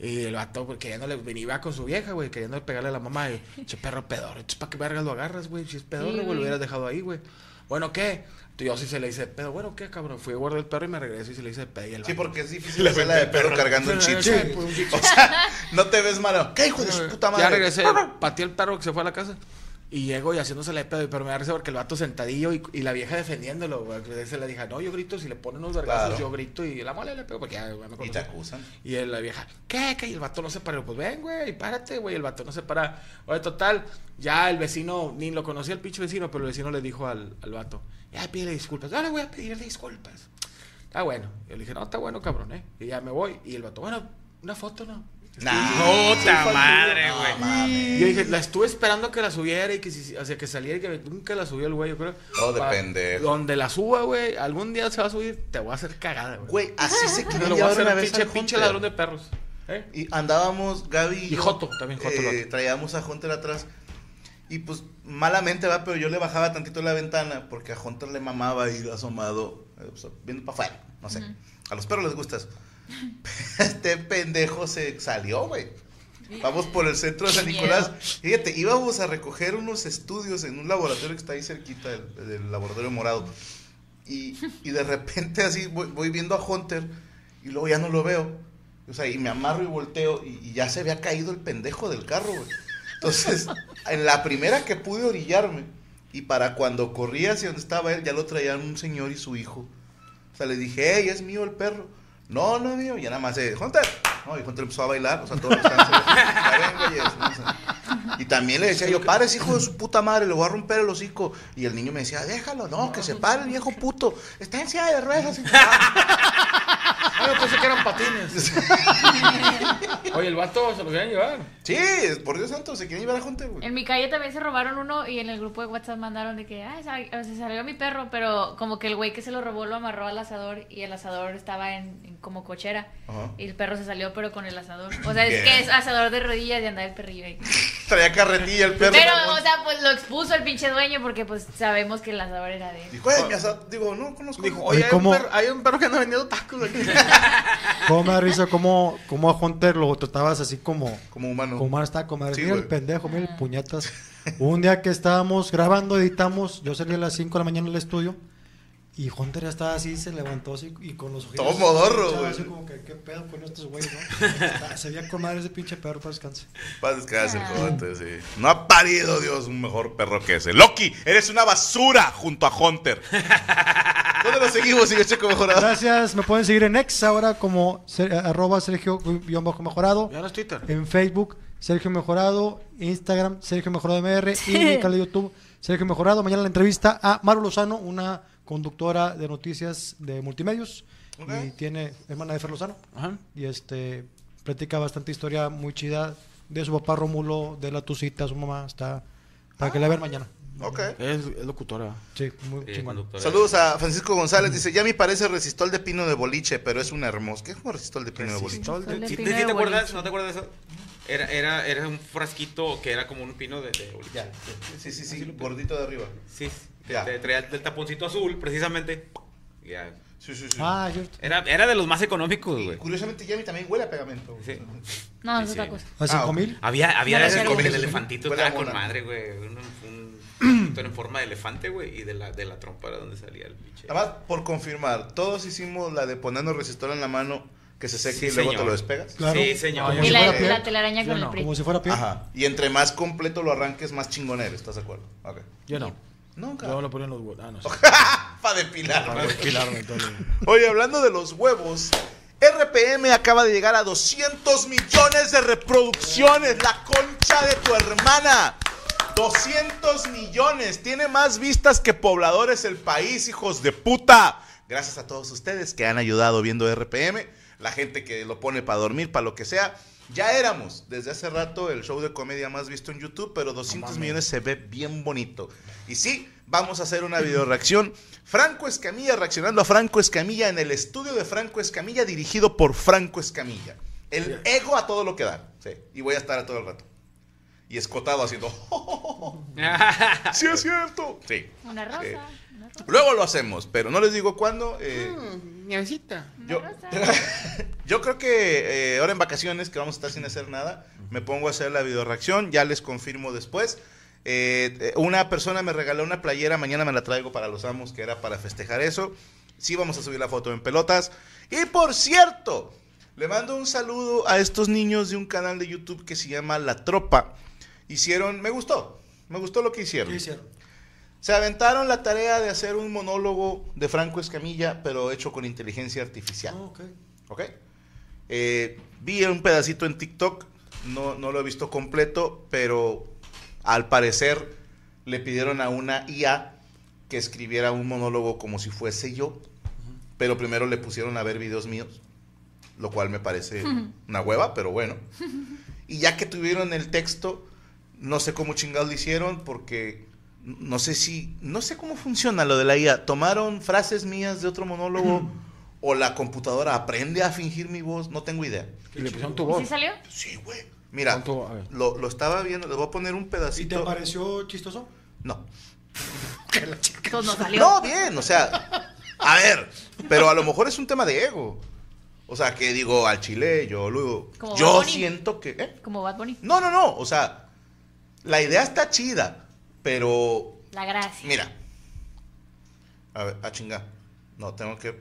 Speaker 3: Y el vato pues, queriéndole, venía con su vieja, güey, queriendo pegarle a la mamá. Y yo, che perro pedor, entonces para qué vergas lo agarras, güey. Si es pedorro, güey, lo hubieras dejado ahí, güey. Bueno, ¿qué? Entonces, yo sí se le hice de pedo, bueno, ¿qué, cabrón? Fui a guardar el perro y me regreso y se le hice de pedo. Y el
Speaker 1: Sí,
Speaker 3: vato-
Speaker 1: porque es difícil hacerla de perro cargando un
Speaker 3: Sí, pues,
Speaker 1: chip. O sea, no te ves malo. ¿Qué hijo de su puta madre?
Speaker 3: Ya regresé, pateé el perro que se fue a la casa. Y llego y haciéndosele de pedo, pero me da risa porque el vato sentadillo y, y la vieja defendiéndolo, güey. que Se le dije, no, yo grito, si le ponen unos vergazos,
Speaker 1: Claro.
Speaker 3: yo grito y la mole le pego porque ya, güey, me
Speaker 1: Y
Speaker 3: conoce.
Speaker 1: te acusan.
Speaker 3: Y él, la vieja, ¿qué? ¿Qué? Y el vato no se paró. Pues ven, güey, párate, güey. El vato no se para. Oye, total, ya el vecino, ni lo conocía el pinche vecino, pero el vecino le dijo al, al vato, ya pídele disculpas. No le voy a pedir disculpas. Está bueno. Yo le dije, no, está bueno, cabrón, ¿eh? Y ya me voy. Y el vato, bueno, una foto, ¿no?
Speaker 1: Nah.
Speaker 2: Puta madre,
Speaker 1: No,
Speaker 2: güey.
Speaker 1: mames.
Speaker 3: Y yo dije, la estuve esperando que la subiera y que, si- o sea, que saliera y que nunca la subió el güey, yo creo.
Speaker 1: Todo
Speaker 3: Pa-
Speaker 1: depende.
Speaker 3: Donde la suba, güey, algún día se va a subir, te voy a hacer cagada, güey.
Speaker 1: Güey, así se
Speaker 3: Te
Speaker 1: quedó
Speaker 3: lo voy a
Speaker 1: una
Speaker 3: hacer
Speaker 1: vez
Speaker 3: pinche,
Speaker 1: al
Speaker 3: pinche
Speaker 1: Hunter.
Speaker 3: ladrón de perros. ¿Eh?
Speaker 1: Y andábamos Gaby y,
Speaker 3: Y
Speaker 1: yo,
Speaker 3: Joto, también Joto
Speaker 1: eh,
Speaker 3: lo hace.
Speaker 1: traíamos a Hunter atrás. Y pues malamente va, pero yo le bajaba tantito la ventana porque a Hunter le mamaba ir asomado, eh, o sea, viendo para afuera, no sé. A los perros les gusta eso. Este pendejo se salió, güey. Vamos por el centro de San
Speaker 4: Qué
Speaker 1: Nicolás.
Speaker 4: miedo.
Speaker 1: Fíjate, íbamos a recoger unos estudios en un laboratorio que está ahí cerquita del, del laboratorio morado. Y, y de repente así voy, voy viendo a Hunter y luego ya no lo veo. O sea, y me amarro y volteo y, y ya se había caído el pendejo del carro, güey. Entonces, en la primera que pude orillarme y para cuando corrí hacia donde estaba él, ya lo traían un señor y su hijo. O sea, le dije, hey, es mío el perro. No, no es mío. Y ya nada más, eh, Hunter. No, y Hunter empezó a bailar. O sea, todos los cansos. Ya ven, güeyes, no sé. Y también le decía yo, pares, hijo de su puta madre, le voy a romper el hocico. Y el niño me decía, déjalo, no, que se pare el viejo puto. Está en silla de ruedas. señor".
Speaker 3: Ah, yo pensé que eran patines. Oye, el vato se lo querían llevar.
Speaker 1: sí, por Dios santo, se quiere llevar a Hunter, güey.
Speaker 4: En mi calle también se robaron uno y en el grupo de WhatsApp mandaron de que, ah, se salió mi perro, pero como que el güey que se lo robó lo amarró al asador y el asador estaba en, en como cochera
Speaker 1: Ajá.
Speaker 4: y el perro se salió pero con el asador. O sea, es
Speaker 1: Bien.
Speaker 4: que es asador de rodillas y andaba el perrillo ahí.
Speaker 1: Traía carretilla el perro.
Speaker 4: Pero,
Speaker 1: mamón.
Speaker 4: o sea, pues lo expuso el pinche dueño porque pues sabemos que el asador era de él.
Speaker 1: Dijo, "Eh, mi asa-". digo, no conozco.
Speaker 3: Dijo,
Speaker 5: Oye,
Speaker 3: oye, hay,
Speaker 5: ¿cómo?
Speaker 3: un perro, hay un perro que anda vendiendo tacos aquí.
Speaker 5: ¿Cómo me da risa cómo, cómo a Hunter lo tratabas así como...
Speaker 1: como humano.
Speaker 5: Como está comadre.
Speaker 1: Sí,
Speaker 5: mira el
Speaker 1: güey.
Speaker 5: pendejo, mira el puñetas. Un día que estábamos grabando, editamos, yo salí a las 5 de la mañana del estudio y Hunter ya estaba así, se levantó así y con los ojitos.
Speaker 1: Todo modorro,
Speaker 5: así,
Speaker 1: güey.
Speaker 5: Así como que, ¿qué pedo con estos güeyes, no? Está- se veía comadre ese pinche perro para descanse.
Speaker 1: Paz
Speaker 4: Ah.
Speaker 1: descanse, Hunter, sí. No ha parido Dios un mejor perro que ese. Loki, eres una basura junto a Hunter. ¿Dónde lo seguimos, señor Checo Mejorado?
Speaker 5: Gracias, me pueden seguir en ex ahora como ser- arroba Sergio-Mejorado.
Speaker 3: Ya no es Twitter.
Speaker 5: En Facebook, Sergio Mejorado. Instagram, Sergio Mejorado MR. Y mi canal de YouTube, Sergio Mejorado. Mañana la entrevista a Maru Lozano, una conductora de noticias de multimedios. Y tiene hermana de Fer Lozano.
Speaker 3: Ajá.
Speaker 5: Y este, platica bastante historia muy chida de su papá Rómulo, de la Tucita, su mamá. Está para que la vean mañana.
Speaker 1: Ok.
Speaker 3: Es, es locutora.
Speaker 5: Sí, muy
Speaker 1: Eh,
Speaker 2: Sí,
Speaker 5: chingón.
Speaker 2: conductora.
Speaker 1: Saludos a Francisco González. Dice, ya me parece resistol de pino de boliche, pero es una hermosa. ¿Qué es un resistol de pino de boliche?
Speaker 4: Resistol.
Speaker 2: ¿Sí,
Speaker 4: El
Speaker 2: sí
Speaker 4: pino de
Speaker 2: te acuerdas?
Speaker 4: boliche.
Speaker 2: ¿No te acuerdas de eso? Era, era, era un frasquito que era como un pino de, de boliche.
Speaker 1: Ya, sí, sí, sí, gordito de arriba.
Speaker 2: Sí,
Speaker 1: Ya.
Speaker 2: te traía el taponcito azul, precisamente. Ya.
Speaker 1: Sí, sí, sí.
Speaker 5: Ah, cierto.
Speaker 2: Era, era de los más económicos, güey.
Speaker 1: Curiosamente, Yami también huele a pegamento. güey.
Speaker 2: Sí.
Speaker 4: No, es
Speaker 2: Sí,
Speaker 4: otra
Speaker 2: sí.
Speaker 4: cosa.
Speaker 5: A
Speaker 1: Ah,
Speaker 5: 5
Speaker 1: ok.
Speaker 5: mil.
Speaker 2: Había, había
Speaker 4: No,
Speaker 2: de esas
Speaker 4: pero-
Speaker 2: como que el elefantito
Speaker 1: Fue la
Speaker 2: estaba con
Speaker 1: mona.
Speaker 2: madre, güey. Un, un, un en forma de elefante, güey. Y de la, de la trompa era donde salía el pinche.
Speaker 1: Nada más por confirmar, todos hicimos la de ponernos resistor en la mano que se seque
Speaker 2: Sí,
Speaker 1: y luego
Speaker 2: señor.
Speaker 1: te lo despegas.
Speaker 5: Claro.
Speaker 2: Sí, señor.
Speaker 5: Como
Speaker 4: Y
Speaker 5: si
Speaker 4: la,
Speaker 5: fuera piel.
Speaker 4: la telaraña con el PRI.
Speaker 5: Como si fuera piel.
Speaker 1: Ajá. Y entre más completo lo arranques, más chingonero, ¿estás de acuerdo? Ok.
Speaker 3: Yo no.
Speaker 1: Nunca.
Speaker 3: Yo lo ponía en los huevos. Ah, no. sí.
Speaker 1: Para depilar.
Speaker 3: Para depilarme, entonces.
Speaker 1: Oye, hablando de los huevos, RPM acaba de llegar a 200 millones de reproducciones. La concha de tu hermana. 200 millones. Tiene más vistas que pobladores el país, hijos de puta. Gracias a todos ustedes que han ayudado viendo RPM. La gente que lo pone para dormir, para lo que sea. Ya éramos desde hace este rato el show de comedia más visto en YouTube, pero 200 millones se ve bien bonito. Y sí, vamos a hacer una video reacción. Franco Escamilla reaccionando a Franco Escamilla en el estudio de Franco Escamilla, dirigido por Franco Escamilla. El ego a todo lo que da. Sí, y voy a estar a todo el rato. Y escotado haciendo. "Oh, ¡Sí es cierto! Sí.
Speaker 4: Una
Speaker 1: Eh,
Speaker 4: rosa. Una rosa.
Speaker 1: Luego lo hacemos, pero no les digo cuándo. eh,
Speaker 3: Mm, Nievecita.
Speaker 1: yo,
Speaker 4: Una rosa.
Speaker 1: yo creo que eh, ahora en vacaciones, que vamos a estar sin hacer nada, me pongo a hacer la videoreacción, ya les confirmo después. Eh, eh, una persona me regaló una playera, mañana me la traigo para los amos, que era para festejar eso. Sí vamos a subir la foto en pelotas. Y por cierto, le mando un saludo a estos niños de un canal de YouTube que se llama La Tropa. Hicieron, me gustó, me gustó lo que hicieron.
Speaker 5: ¿Qué hicieron?
Speaker 1: Se aventaron la tarea de hacer un monólogo de Franco Escamilla, pero hecho con inteligencia artificial.
Speaker 3: Oh.
Speaker 5: Ah, ok.
Speaker 1: ¿Ok? Eh, vi un pedacito en TikTok, no, no lo he visto completo, pero al parecer le pidieron a una IA que escribiera un monólogo como si fuese yo, pero primero le pusieron a ver videos míos, lo cual me parece una hueva, pero bueno. Y ya que tuvieron el texto, no sé cómo chingados lo hicieron, porque no sé si, no sé cómo funciona lo de la IA. Tomaron frases mías de otro monólogo o la computadora aprende a fingir mi voz, no tengo idea.
Speaker 3: Y le pusieron tu
Speaker 4: ¿Y
Speaker 3: voz.
Speaker 4: ¿Sí salió?
Speaker 1: Sí, güey. Mira,
Speaker 3: ¿Cuánto? A ver.
Speaker 1: lo, lo estaba viendo, les voy a poner un
Speaker 5: ¿Y te
Speaker 1: pedacito.
Speaker 5: pareció chistoso?
Speaker 1: no.
Speaker 4: Entonces no Pues, salió.
Speaker 1: No, bien, o sea, a ver, pero a lo mejor es un tema de ego. O sea, que digo al chile, yo luego,
Speaker 4: Como Bad
Speaker 1: yo
Speaker 4: Bunny.
Speaker 1: siento que... ¿eh?
Speaker 4: Como Bad Bunny.
Speaker 1: No, no, no, o sea, la idea está chida, pero
Speaker 4: La gracia.
Speaker 1: mira. A ver, a chingar. No, tengo que...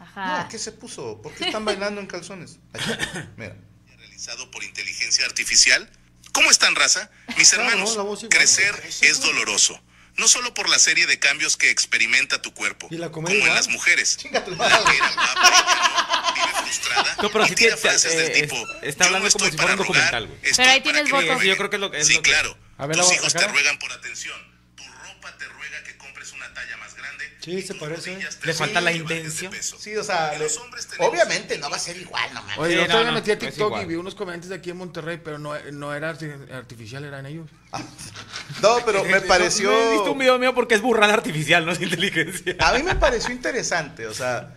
Speaker 4: Ajá. Ah.
Speaker 1: No, ¿qué se puso? ¿Por qué están bailando en calzones? Ahí está, Mira.
Speaker 6: realizado por inteligencia artificial. ¿Cómo están, raza? Mis
Speaker 5: Claro,
Speaker 6: hermanos,
Speaker 5: la voz igual,
Speaker 6: crecer
Speaker 5: crece,
Speaker 6: es
Speaker 5: güey.
Speaker 6: doloroso. No solo por la serie de cambios que experimenta tu cuerpo,
Speaker 5: Y la
Speaker 6: como
Speaker 5: comedia ¿eh?
Speaker 6: en
Speaker 5: igual.
Speaker 6: las mujeres.
Speaker 1: Chinga tu
Speaker 6: La
Speaker 1: madre.
Speaker 6: que era guapa y ya no, vive frustrada
Speaker 2: No, pero
Speaker 6: y
Speaker 2: sí
Speaker 6: tira
Speaker 2: tiene-
Speaker 6: frases del
Speaker 2: eh,
Speaker 6: tipo,
Speaker 2: es- está
Speaker 6: "Yo
Speaker 2: hablando
Speaker 6: no
Speaker 2: como
Speaker 6: estoy
Speaker 2: si
Speaker 6: para
Speaker 2: fuera un
Speaker 6: rogar,
Speaker 2: documental, güey.
Speaker 6: estoy
Speaker 4: Pero ahí
Speaker 6: para
Speaker 4: tienes
Speaker 6: que me
Speaker 4: votos.
Speaker 6: rueguen".
Speaker 2: Yo creo que es lo que- es
Speaker 6: Sí,
Speaker 2: lo que-
Speaker 6: claro.
Speaker 3: A ver,
Speaker 6: Tus
Speaker 3: la-
Speaker 6: hijos
Speaker 3: la
Speaker 6: te
Speaker 3: cara.
Speaker 6: ruegan por atención. Tu ropa te ruega que compres una talla más grande.
Speaker 5: Sí,
Speaker 6: y
Speaker 5: se
Speaker 6: tus
Speaker 5: parece.
Speaker 6: rodillas te
Speaker 2: Le falta la
Speaker 6: ruegan que bajes de
Speaker 2: intención.
Speaker 6: peso.
Speaker 1: Sí, o sea,
Speaker 6: Los
Speaker 1: le-
Speaker 6: hombres tenemos-
Speaker 1: obviamente no va a ser igual, no mames.
Speaker 3: Oye,
Speaker 2: Sí,
Speaker 3: yo
Speaker 2: no,
Speaker 3: también
Speaker 2: no,
Speaker 3: me metí a
Speaker 2: no es
Speaker 3: TikTok
Speaker 2: igual.
Speaker 3: y vi unos comediantes de aquí en Monterrey, pero no, no era arti- artificial, eran ellos.
Speaker 1: No, pero me pareció.
Speaker 2: No he visto un video mío porque es burrada artificial, no es inteligencia.
Speaker 1: A mí me pareció interesante, o sea,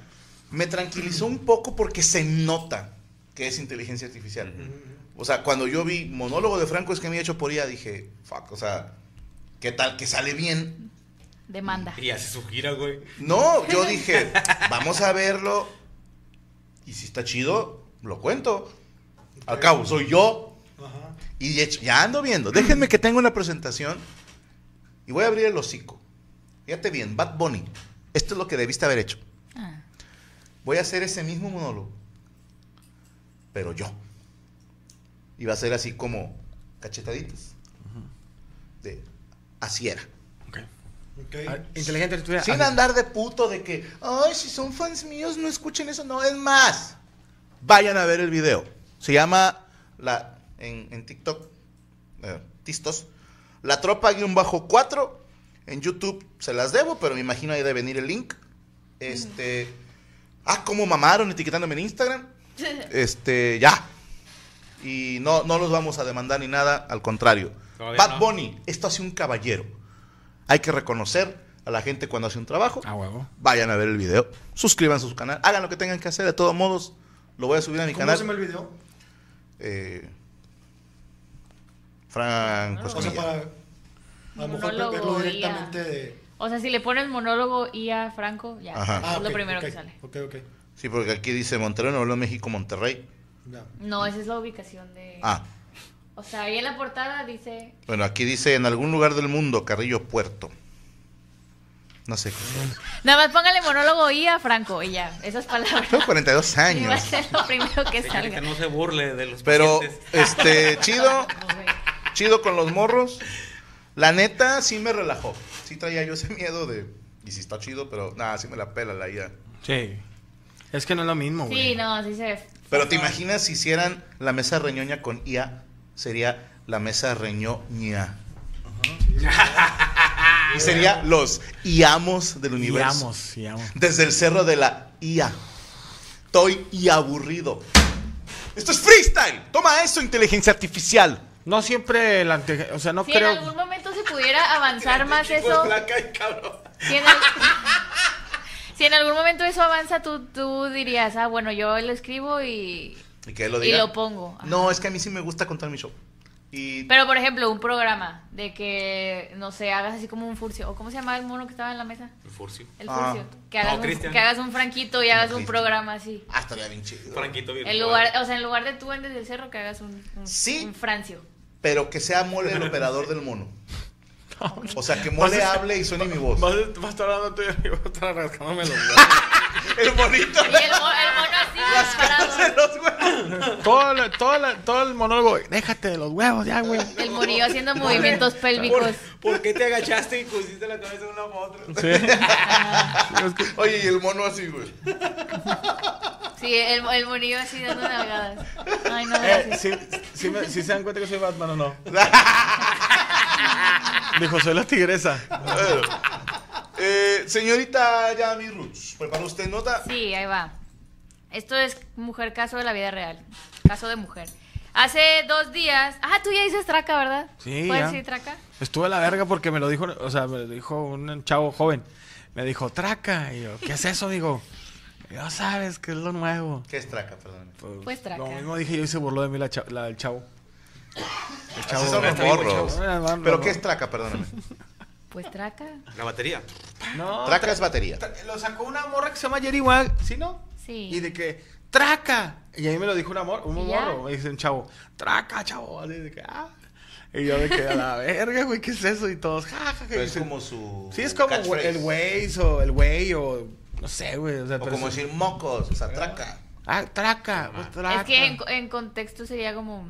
Speaker 1: me tranquilizó un poco porque se nota que es inteligencia artificial. O sea, cuando yo vi monólogo de Franco es que me he hecho por ella, dije, fuck, o sea, ¿qué tal que sale bien?
Speaker 4: Demanda.
Speaker 2: Y hace su gira, güey.
Speaker 1: No, yo dije, vamos a verlo y si está chido, lo cuento. Al cabo, soy yo
Speaker 5: Ajá.
Speaker 1: y de hecho, ya ando viendo. Déjenme que tenga una presentación y voy a abrir el hocico. Fíjate bien, Bad Bunny. Esto es lo que debiste haber hecho.
Speaker 4: Ah.
Speaker 1: voy a hacer ese mismo monólogo, pero yo. Y va a ser así como cachetaditas. De así era.
Speaker 5: Ok.
Speaker 1: Ah,
Speaker 3: Ar- Inteligente artificial.
Speaker 1: Sin
Speaker 3: Ah,
Speaker 1: andar de puto de que, ay, si son fans míos, no escuchen eso. No, es más. Vayan a ver el video. Se llama la en, en TikTok, eh, Tistos, La Tropa guión bajo 4. En YouTube se las debo, pero me imagino ahí de venir el link. Este. Ah, cómo mamaron etiquetándome en Instagram. Este, ya. Y no, no los vamos a demandar ni nada, al contrario.
Speaker 2: Todavía
Speaker 1: Bad
Speaker 2: no.
Speaker 1: Bunny, esto hace un caballero. Hay que reconocer a la gente cuando hace un trabajo.
Speaker 2: Ah.
Speaker 3: A ah, huevo.
Speaker 1: Vayan a ver el video, suscriban su canal, hagan lo que tengan que hacer. De todos modos, lo voy a subir a mi
Speaker 5: ¿Cómo
Speaker 1: canal.
Speaker 5: se llama el video?
Speaker 1: Eh, Franco
Speaker 5: Ah,
Speaker 4: Ah,
Speaker 5: O sea,
Speaker 1: Escamilla.
Speaker 5: Pues para a lo mejor
Speaker 4: Monólogo, ya.
Speaker 5: verlo directamente de...
Speaker 4: O sea, si le pones monólogo y a Franco, ya.
Speaker 1: Ajá.
Speaker 4: Es
Speaker 5: Ah,
Speaker 4: lo
Speaker 5: ok,
Speaker 4: primero
Speaker 5: ok,
Speaker 4: que sale.
Speaker 5: Ok, ok.
Speaker 1: Sí, porque aquí dice Monterrey, Nuevo León, México, Monterrey.
Speaker 5: Ya.
Speaker 4: No, esa es la ubicación de.
Speaker 1: Ah,
Speaker 4: O sea, ahí en la portada dice.
Speaker 1: bueno, aquí dice en algún lugar del mundo, Carrillo Puerto. No sé.
Speaker 4: Nada más póngale monólogo y a Franco y ya. Esas palabras.
Speaker 1: Tengo 42
Speaker 4: Y va a
Speaker 1: años.
Speaker 4: ser lo primero que
Speaker 2: Señorita,
Speaker 4: salga.
Speaker 2: no se burle de los
Speaker 1: Pero,
Speaker 2: pacientes.
Speaker 1: este, chido,
Speaker 4: Pues, güey.
Speaker 1: chido con los morros. La neta, sí me relajó. Sí traía yo ese miedo de, y si está chido, pero nada, sí me la pela la IA.
Speaker 3: Sí. Es que no es lo mismo, güey.
Speaker 4: Sí, no, sí se ve.
Speaker 1: Pero te imaginas si hicieran la mesa reñoña con IA, sería la mesa reñoña. y sería los IAMOS del universo.
Speaker 3: Yamos, yamos.
Speaker 1: Desde el cerro de la IA. Estoy y aburrido. Esto es freestyle. Toma eso, inteligencia artificial.
Speaker 3: No siempre la ante- O sea, no
Speaker 4: Si
Speaker 3: creo.
Speaker 4: en algún momento se pudiera avanzar más eso. Si en, al- si en algún momento eso avanza, tú, tú dirías, ah, bueno, yo lo escribo y.
Speaker 1: Y que él lo
Speaker 4: Y
Speaker 1: diga.
Speaker 4: lo pongo. Ajá.
Speaker 1: No, es que a mí sí me gusta contar mi show. Y
Speaker 4: Pero, por ejemplo, un programa de que, no sé, hagas así como un furcio. ¿O cómo se llamaba el mono que estaba en la mesa?
Speaker 2: Furcio.
Speaker 4: El
Speaker 1: Ah.
Speaker 4: furcio. Que, hagas
Speaker 2: No,
Speaker 4: un,
Speaker 2: Cristian.
Speaker 4: que hagas un franquito y hagas un
Speaker 1: Cristian.
Speaker 4: programa así.
Speaker 1: Ah, estaría bien chido.
Speaker 2: Franquito virtual.
Speaker 4: En lugar, o sea, en lugar de tú en desde el cerro, que hagas un, un,
Speaker 1: Sí.
Speaker 4: un francio.
Speaker 1: Pero que sea mole el operador del mono. O sea, que mole
Speaker 3: Vas a-
Speaker 1: hable y suene mi voz.
Speaker 3: Vas, vas a estar hablando tú y vas a estar rascándome los
Speaker 1: El monito.
Speaker 4: Y el, mo- el mono así, parado.
Speaker 3: todo, la- todo, la- todo el monólogo, déjate de los huevos ya, güey.
Speaker 4: El monillo haciendo movimientos pélvicos.
Speaker 2: ¿Por qué te agachaste y pusiste la cabeza de una a otra?
Speaker 1: Oye, y el mono así, güey.
Speaker 4: Sí, el, el monillo así dando nalgadas. Ay, no,
Speaker 3: Eh,
Speaker 4: gracias.
Speaker 3: sí, sí me- sí se dan cuenta que soy Batman o no. Dijo, soy la tigresa.
Speaker 1: Bueno. Eh, señorita Yami Roots, ¿preparó usted nota?
Speaker 4: Sí, ahí va. Esto es mujer caso de la vida real. Caso de mujer. Hace dos días. Ah, tú ya dices traca, ¿verdad?
Speaker 3: Sí,
Speaker 4: ¿Puedes
Speaker 3: ya.
Speaker 4: decir traca?
Speaker 3: Estuve a la verga porque me lo dijo, o sea, me lo dijo un chavo joven. Me dijo, traca. Y yo, ¿qué es eso, digo? Ya sabes que es lo nuevo.
Speaker 1: ¿Qué es traca, perdón?
Speaker 4: Pues traca.
Speaker 3: Lo mismo dije yo y se burló de mí la, cha- la del chavo. El
Speaker 1: Así son los
Speaker 3: el chavo,
Speaker 1: morros.
Speaker 3: el chavo.
Speaker 1: Pero ¿qué es traca, perdóname?
Speaker 4: Pues traca.
Speaker 2: La batería.
Speaker 3: No,
Speaker 1: Traca es batería.
Speaker 3: tra- lo sacó una morra que se llama Jerry Wag, ¿sí no?
Speaker 4: Sí.
Speaker 3: Y de que, traca. Y a mí me lo dijo una mor un
Speaker 4: ¿Y ya?
Speaker 3: morro, me dice un chavo, traca, chavo. Así de que, ah. Y yo de que, a la verga, güey, ¿qué es eso? Y todos, ja, ja, ja.
Speaker 1: Pero
Speaker 3: Y
Speaker 1: es
Speaker 3: se-
Speaker 1: como su.
Speaker 3: Sí, es como
Speaker 1: catchphrase.
Speaker 3: el güey o el güey o no sé, güey. O, sea,
Speaker 1: O
Speaker 3: pero
Speaker 1: como
Speaker 3: es-
Speaker 1: decir mocos, o sea, traca.
Speaker 3: Ah, traca, o traca.
Speaker 4: Es que en, en contexto sería como.